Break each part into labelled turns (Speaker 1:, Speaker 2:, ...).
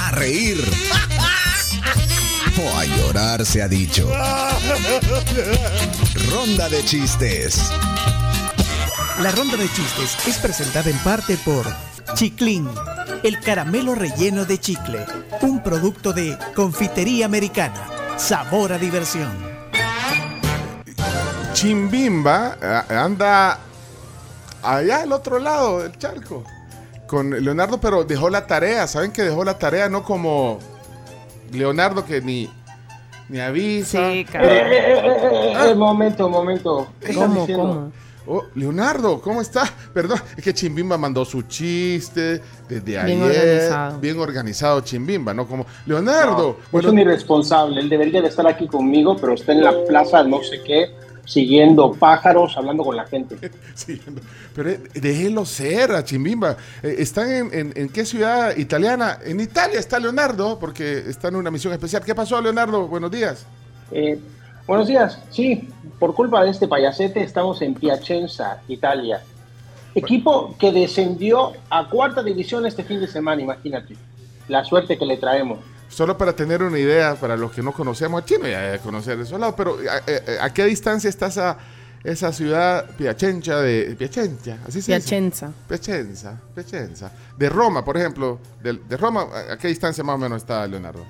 Speaker 1: a reír o a llorar se ha dicho. Ronda de chistes.
Speaker 2: La ronda de chistes es presentada en parte por Chiclin, el caramelo relleno de chicle, un producto de confitería americana. Sabor a diversión.
Speaker 3: Chimbimba eh, anda allá al otro lado del charco con Leonardo, pero dejó la tarea. ¿Saben que dejó la tarea? No como Leonardo que ni, ni avisa.
Speaker 4: Sí,
Speaker 5: eh,
Speaker 4: cabrón.
Speaker 6: Un Eh, momento, un momento. ¿Qué estás
Speaker 4: ¿Cómo,
Speaker 6: diciendo?
Speaker 4: cómo?
Speaker 3: Oh, Leonardo, ¿cómo está? Perdón, es que Chimbimba mandó su chiste desde ayer.
Speaker 4: organizado.
Speaker 3: Bien organizado, Chimbimba, ¿no? Como, Leonardo,
Speaker 6: Es
Speaker 3: bueno,
Speaker 6: un irresponsable. Él debería de estar aquí conmigo, pero está en la plaza, no sé qué, siguiendo pájaros, hablando con la gente.
Speaker 3: sí, pero eh, déjelo ser a Chimbimba. Eh, ¿Están en, en- en qué ciudad italiana? En Italia está Leonardo, porque está en una misión especial. ¿Qué pasó, Leonardo? Buenos días.
Speaker 6: Eh, buenos días. Sí, por culpa de este payasete estamos en Piacenza, Italia. Equipo que descendió a cuarta división este fin de semana, imagínate. La suerte que le traemos.
Speaker 3: Solo para tener una idea, para los que no conocemos a Chino, ya debe conocer de esos lados, pero ¿a, a- a qué distancia está esa, esa ciudad Piacenza de Piacenza? Así se dice.
Speaker 4: Piacenza.
Speaker 3: Piacenza, Piacenza. De Roma, por ejemplo. De, de Roma, ¿a, a qué distancia más o menos está Leonardo?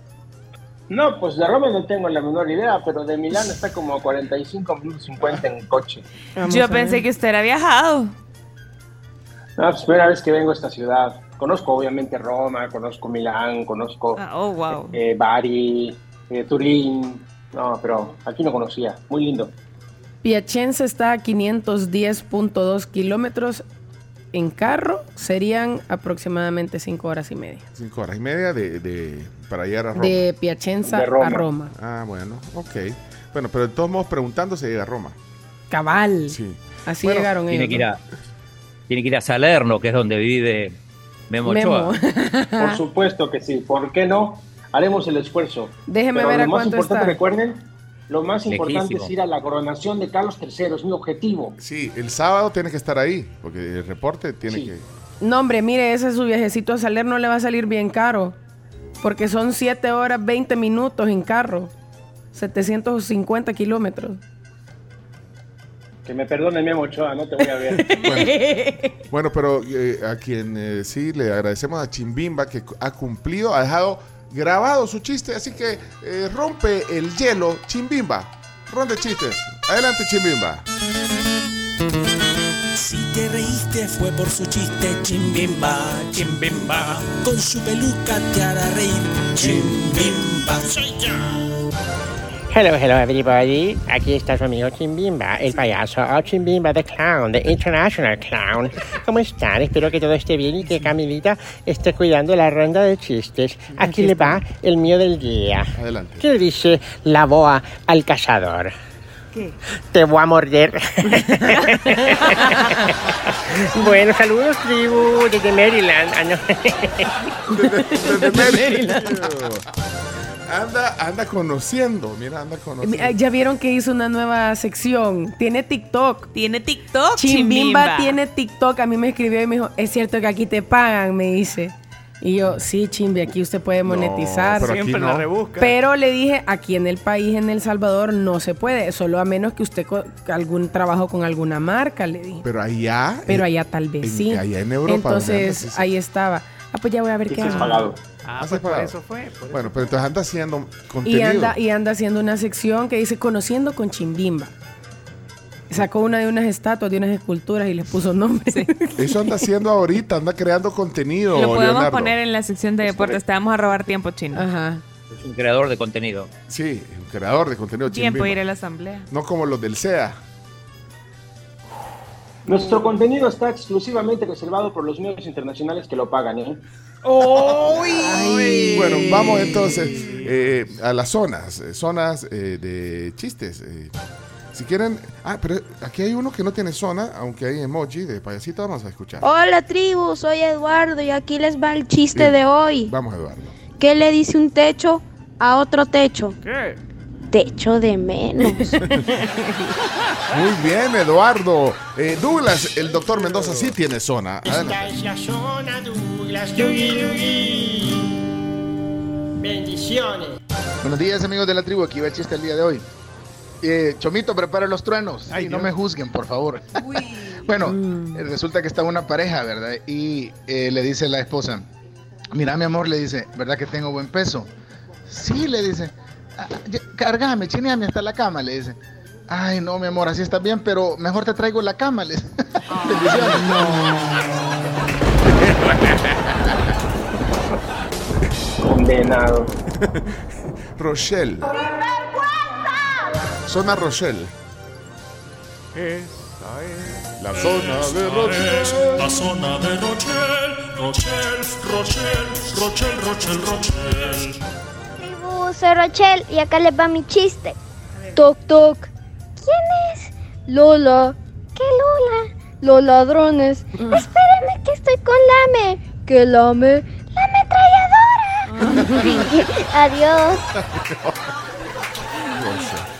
Speaker 6: No, pues de Roma no tengo la menor idea, pero de Milán está como a 45 minutos 50 en coche.
Speaker 4: Vamos a
Speaker 5: Yo
Speaker 4: ver.
Speaker 5: pensé que usted era viajado.
Speaker 6: No, pues primera vez que vengo a esta ciudad. Conozco obviamente Roma, conozco Milán, conozco
Speaker 5: Ah, oh, wow.
Speaker 6: eh, Bari, eh, Turín. No, pero aquí no conocía. Muy lindo.
Speaker 4: Piacenza está a 510.2 kilómetros en carro. Serían aproximadamente 5 horas y media.
Speaker 3: Cinco horas y media de, de- para llegar a Roma.
Speaker 4: De Piacenza
Speaker 6: De Roma.
Speaker 4: a Roma.
Speaker 3: Ah, bueno, ok. Bueno, pero de todos modos, preguntando se llega a Roma.
Speaker 4: Cabal.
Speaker 3: Sí.
Speaker 4: Así
Speaker 3: Bueno,
Speaker 4: llegaron
Speaker 7: Tiene que, ir
Speaker 4: ellos.
Speaker 7: a, tiene que ir a Salerno, que es donde vive Memo,
Speaker 4: Memo.
Speaker 7: Ochoa.
Speaker 6: Por supuesto que sí. ¿Por qué no? Haremos el esfuerzo.
Speaker 4: Déjeme
Speaker 6: Pero
Speaker 4: ver
Speaker 6: lo
Speaker 4: a
Speaker 6: más
Speaker 4: cuánto
Speaker 6: importante,
Speaker 4: está.
Speaker 6: recuerden, lo más importante
Speaker 7: Lejísimo.
Speaker 6: es ir a la coronación de Carlos III. Es mi objetivo.
Speaker 3: Sí, el sábado tiene que estar ahí, porque el reporte tiene
Speaker 6: Sí.
Speaker 3: que...
Speaker 4: No, hombre, mire, ese su viajecito a Salerno le va a salir bien caro. Porque son 7 horas 20 minutos en carro. 750 kilómetros.
Speaker 6: Que me perdone, Memo Ochoa, no te voy a ver.
Speaker 3: Bueno, Bueno, pero eh, a quien eh, sí le agradecemos a Chimbimba que cu- ha cumplido, ha dejado grabado su chiste, así que eh, rompe el hielo, Chimbimba. Ronda de chistes. Adelante, Chimbimba.
Speaker 8: Si te reíste fue por su chiste, chimbimba, chimbimba. Con su peluca te hará reír, chimbimba. Soy yo.
Speaker 9: Hello, hello everybody. Aquí está su amigo Chimbimba, el payaso o Chimbimba the Clown, the International Clown. ¿Cómo están? Espero que todo esté bien y que Camilita esté cuidando la ronda de chistes. Aquí le va el mío del día.
Speaker 3: Adelante.
Speaker 9: ¿Qué le dice la boa al cazador?
Speaker 5: ¿Qué?
Speaker 9: Te voy a morder. bueno, saludos tribu desde Maryland. Ah, no.
Speaker 3: Desde Maryland. Anda, anda conociendo, mira, anda
Speaker 4: Eh,
Speaker 3: conociendo.
Speaker 4: Ya vieron que hizo una nueva sección. Tiene TikTok.
Speaker 5: ¿Tiene TikTok?
Speaker 4: Chimbimba tiene TikTok. A mí me escribió y me dijo, es cierto que aquí te pagan, me dice. Y yo, sí, Chimbi, aquí usted puede monetizar.
Speaker 3: No, pero
Speaker 4: pero,
Speaker 3: aquí
Speaker 10: Siempre la
Speaker 3: no.
Speaker 10: rebusca.
Speaker 4: le dije, aquí en el país, en El Salvador, no se puede. Solo a menos que usted co- algún trabajo con alguna marca, le dije. Pero,
Speaker 3: Pero allá. eh,
Speaker 4: allá tal vez
Speaker 3: en-
Speaker 4: sí.
Speaker 3: allá en Europa, donde andas,
Speaker 4: Entonces,
Speaker 3: sí, sí.
Speaker 4: ahí estaba. Ah, pues ya voy a ver qué
Speaker 6: es
Speaker 4: hago.
Speaker 6: pagado.
Speaker 10: Ah,
Speaker 3: ¿Has
Speaker 10: pues por
Speaker 3: separado?
Speaker 10: eso fue. por eso.
Speaker 3: Bueno, pero entonces anda haciendo contenido.
Speaker 4: Y anda, y anda haciendo una sección que dice Conociendo con Chimbimba. Sacó una de unas estatuas, de unas esculturas y les puso nombres.
Speaker 3: Eso anda haciendo ahorita, anda creando contenido.
Speaker 5: Lo podemos
Speaker 3: Leonardo.
Speaker 5: poner en la sección de deportes. Te vamos a robar tiempo, chino.
Speaker 4: Ajá.
Speaker 7: Es un creador de contenido.
Speaker 3: Sí, un creador de contenido.
Speaker 5: tiempo
Speaker 3: Chimbimba.
Speaker 5: ir a la asamblea.
Speaker 3: No como los del SEA.
Speaker 6: Nuestro contenido está exclusivamente reservado por los medios internacionales que lo pagan, ¿eh?
Speaker 3: Bueno, vamos entonces eh, a las zonas, eh, zonas eh, de chistes. eh. Si quieren, ah, pero aquí hay uno que no tiene zona, aunque hay emoji de payasito, vamos a escuchar.
Speaker 11: Hola tribu, soy Eduardo y aquí les va el chiste
Speaker 3: Bien.
Speaker 11: de hoy.
Speaker 3: Vamos, Eduardo.
Speaker 11: ¿Qué le dice un techo a otro techo?
Speaker 10: ¿Qué?
Speaker 11: Techo de menos.
Speaker 3: Muy bien, Eduardo. Eh, Douglas, el doctor Mendoza sí tiene zona. Adelante.
Speaker 8: es la zona Douglas,
Speaker 12: bendiciones.
Speaker 13: Buenos días, amigos de la tribu. Aquí va el chiste el día de hoy. Eh, Chomito, prepara los truenos. y no me juzguen, por favor. bueno, eh, resulta que está una pareja, ¿verdad? Y eh, le dice la esposa: Mira, mi amor, le dice, ¿verdad que tengo buen peso? Sí, le dice. "Ah, ya- Cargame, chineame hasta la cama, le dice. Ay, no, mi amor, así está bien, pero mejor te traigo la cama, le dice. Bendiciones.
Speaker 2: Condenado.
Speaker 3: Rochelle. Zona Rochelle.
Speaker 14: Esa es
Speaker 3: La zona de Rochelle.
Speaker 14: La zona de Rochelle, Rochelle, Rochelle, Rochelle, Rochelle, Rochelle.
Speaker 15: Tribu, soy Rochelle y acá les va mi chiste. Toc, toc. ¿Quién es? Lola. ¿Qué Lola? Los ladrones.
Speaker 11: Mm.
Speaker 15: Espérame que estoy con Lame. ¿Qué Lame? La ametralladora. Adiós.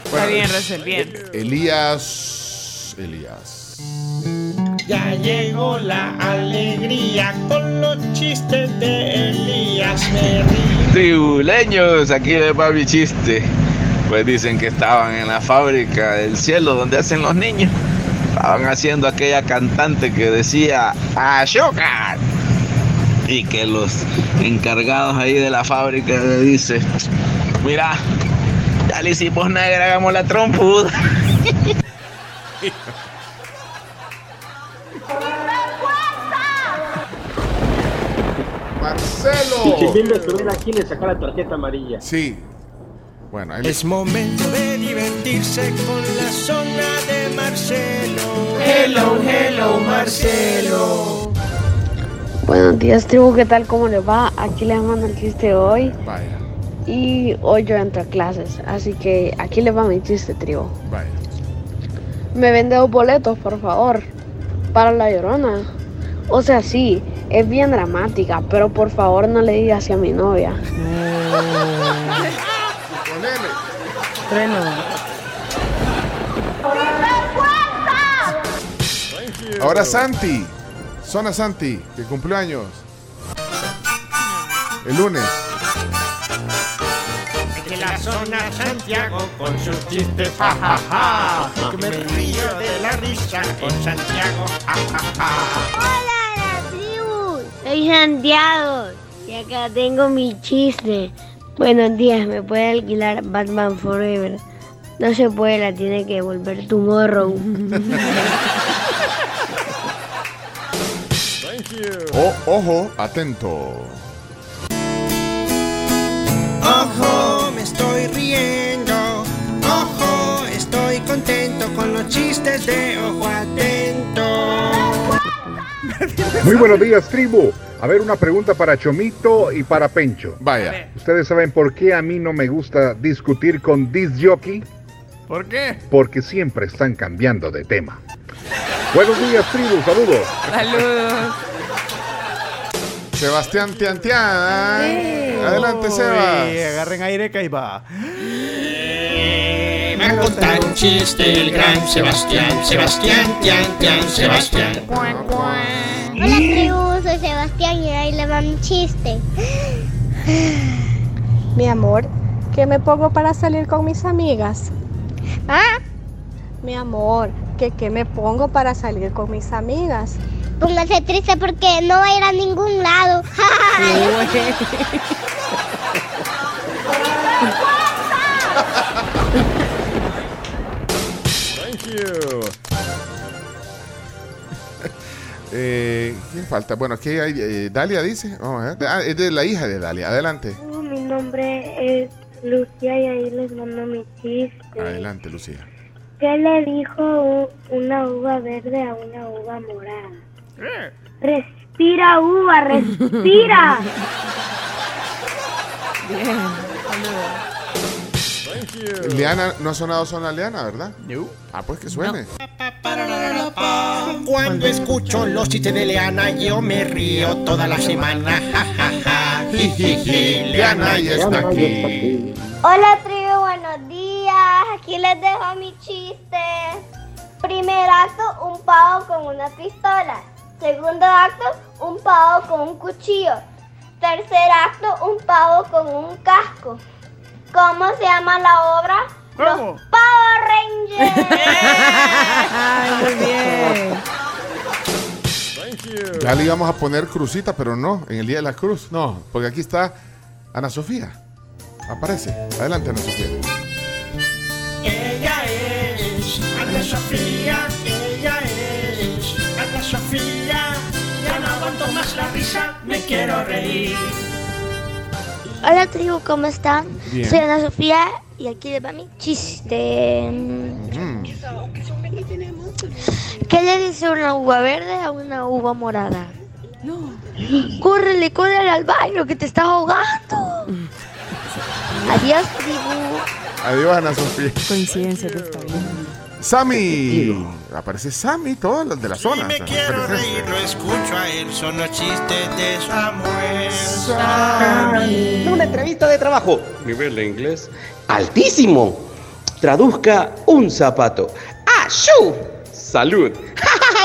Speaker 5: Está bien, Rochelle, bien.
Speaker 3: Elías. Elías.
Speaker 6: Ya llegó la alegría con los chistes de Elías. Me
Speaker 16: Tribuleños, aquí les va mi chiste. Pues dicen que estaban en la fábrica del cielo donde hacen los niños. Estaban haciendo aquella cantante que decía ¡Azúcar! Y que los encargados ahí de la fábrica le dice, mira, ya le hicimos negra, hagamos la trompuda.
Speaker 2: Y
Speaker 3: Marcelo.
Speaker 2: Chichilín estuviera aquí le sacó la tarjeta amarilla.
Speaker 3: Sí. Bueno, ahí
Speaker 2: Es
Speaker 6: momento de divertirse con la zona de Marcelo.
Speaker 17: Hello, hello, Marcelo.
Speaker 4: Buenos días, tribu, ¿qué tal? ¿Cómo les va? Aquí les mando el chiste hoy
Speaker 3: Vaya,
Speaker 4: y hoy yo entro a clases, así que aquí les va mi chiste, tribu.
Speaker 3: vaya.
Speaker 4: Me vende dos boletos, por favor, para La Llorona. O sea, sí, es bien dramática, pero por favor no le digas así a mi novia.
Speaker 3: Ahora Santi. Zona Santi, que cumplió años. El lunes.
Speaker 6: Que la zona Santiago con sus chistes, ja, ja, ja. Que me río de la risa con Santiago, ja, ja, ja.
Speaker 9: Soy Santiago y acá tengo mi chiste. Buenos días, ¿me puede alquilar Batman Forever? No se puede, la tiene que devolver tu morro.
Speaker 3: O- Oh, ojo, atento.
Speaker 6: Ojo, me estoy riendo. Ojo, estoy contento con los chistes de ojo atento.
Speaker 18: Muy buenos días, tribu. A ver, una pregunta para Chomito y para Pencho.
Speaker 3: Vaya.
Speaker 18: ¿Ustedes saben por qué a mí no me gusta discutir con disc jockey?
Speaker 3: ¿Por qué?
Speaker 18: Porque siempre están cambiando de tema. Buenos días, tribu. Saludos.
Speaker 3: Saludos. Sebastián Tiantian. Adelante, Sebas.
Speaker 19: Uy, agarren aire, que ahí va.
Speaker 6: Me ha contado un chiste el gran Sebastián, Sebastián, Tian, Tian, Sebastián.
Speaker 9: Hola tribu, soy Sebastián y ahí le va mi chiste.
Speaker 20: Mi amor, ¿qué me pongo para salir con mis amigas? ¿Ah? Mi amor, ¿qué, qué me pongo para salir con mis amigas?
Speaker 9: Póngase triste porque no va a ir a ningún lado.
Speaker 3: Thank you. Eh, ¿Quién falta? Bueno, aquí hay eh, Dalia, dice. Vamos a ver. Ah, es de la hija de Dalia. Adelante.
Speaker 9: Mi nombre es Lucía y ahí les mando mi chiste.
Speaker 3: Adelante, Lucía.
Speaker 9: ¿Qué le dijo u- una uva verde a una uva morada? Respira uva, respira.
Speaker 3: Liana, no ha sonado Zona Liana, ¿verdad? Ah, pues que suene.
Speaker 6: Cuando escucho los chistes de Leana, yo me río toda la semana. Ja, ja, ja. Ji, ji, ji. Leana ya está aquí.
Speaker 9: Hola tribu, buenos días. Aquí les dejo mi chiste. Primer acto, un pavo con una pistola. Segundo acto, un pavo con un cuchillo. Tercer acto, un pavo con un casco. asco. ¿Cómo se llama la obra?
Speaker 4: ¿Cómo?
Speaker 9: Power Rangers.
Speaker 21: Ay, muy bien.
Speaker 3: Ya le íbamos a poner crucita, pero no, en el Día de la Cruz. No, porque aquí está Ana Sofía. Aparece. Adelante, Ana Sofía.
Speaker 4: Ella es Ana Sofía, ella es Ana Sofía. Ya no aguanto más la risa, me quiero reír.
Speaker 9: Hola tribu, ¿cómo están?
Speaker 4: Bien.
Speaker 9: Soy Ana Sofía y aquí les va mi chiste.
Speaker 3: Mm.
Speaker 9: ¿Qué le dice una uva verde a una uva morada? No. Córrele, córrele al baño que te estás ahogando. Adiós tribu.
Speaker 3: Adiós, Ana Sofía.
Speaker 21: Coincidencia que está
Speaker 3: Sammy. Aparece Sammy, todos los de la zona.
Speaker 4: Quiero reír, lo escucho a él, son los chistes de Samuel. Sammy.
Speaker 22: Una entrevista de trabajo. Nivel de inglés altísimo. Traduzca un zapato. ¡Ah, shoe! ¡Salud!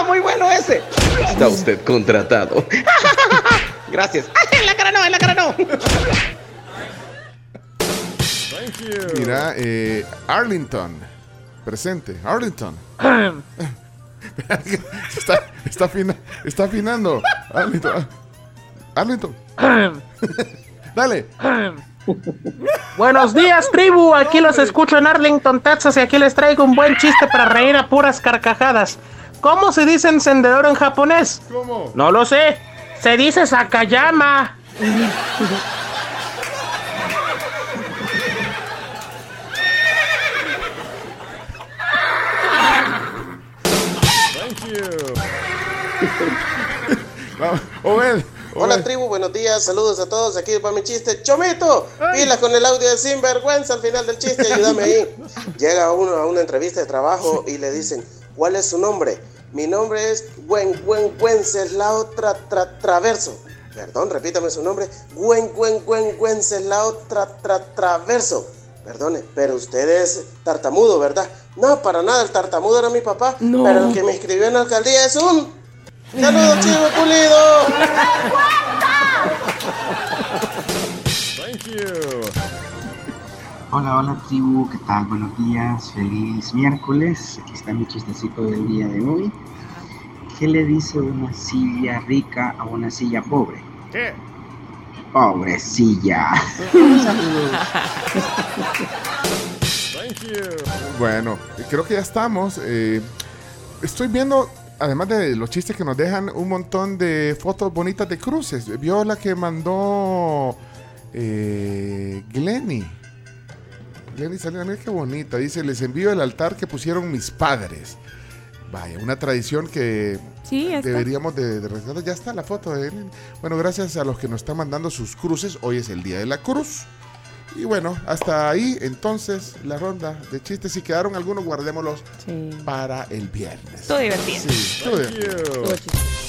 Speaker 22: ¡Muy bueno ese! Está usted contratado. Gracias. ¡Ah, en la cara no, en la cara no!
Speaker 3: Mira, eh, Arlington. Presente, Arlington. está, está, afina- está afinando. Arlington. Arlington. Dale.
Speaker 6: Buenos días, tribu. Aquí los escucho en Arlington, Texas, y aquí les traigo un buen chiste para reír a puras carcajadas. ¿Cómo se dice encendedor en japonés?
Speaker 3: ¿Cómo?
Speaker 6: No lo sé. Se dice Sakayama.
Speaker 16: Hola tribu, buenos días, saludos a todos, aquí para mi chiste. ¡Chomito! Pilas con el audio de sinvergüenza al final del chiste, ayúdame ahí. Llega uno a una entrevista de trabajo y le dicen, ¿cuál es su nombre? Mi nombre es Gwen Gwen Wenceslao Tra Tra Traverso. Perdón, repítame su nombre. Gwen Gwen Gwen Wenceslao Tra Tra Traverso. Perdone, pero usted es tartamudo, ¿verdad? No, para nada, el tartamudo era mi papá,
Speaker 4: No.
Speaker 16: pero el que me escribió en la alcaldía es un... ¡Saludos, chivo pulido!
Speaker 23: Hola, hola tribu, ¿qué tal? Buenos días, feliz miércoles. Aquí está mi chistecito del día de hoy. ¿Qué le dice una silla rica a una silla pobre?
Speaker 4: ¿Qué?
Speaker 23: Pobre silla.
Speaker 3: Bueno, creo que ya estamos. eh, estoy viendo, además de los chistes que nos dejan, un montón de fotos bonitas de cruces. Vio la que mandó eh, Glenny. Glenny Salinas, mira qué bonita. Dice, les envío el altar que pusieron mis padres. Vaya, una tradición que
Speaker 5: Sí, ya está.
Speaker 3: deberíamos de, de rescatar. Ya está la foto de Glenny. Bueno, gracias a los que nos están mandando sus cruces. Hoy es el Día de la Cruz. Y bueno, hasta ahí entonces la ronda de chistes. Si quedaron algunos, guardémoslos para el viernes.
Speaker 5: Todo divertido.
Speaker 3: Sí, todo divertido.
Speaker 5: Estuvo chistoso.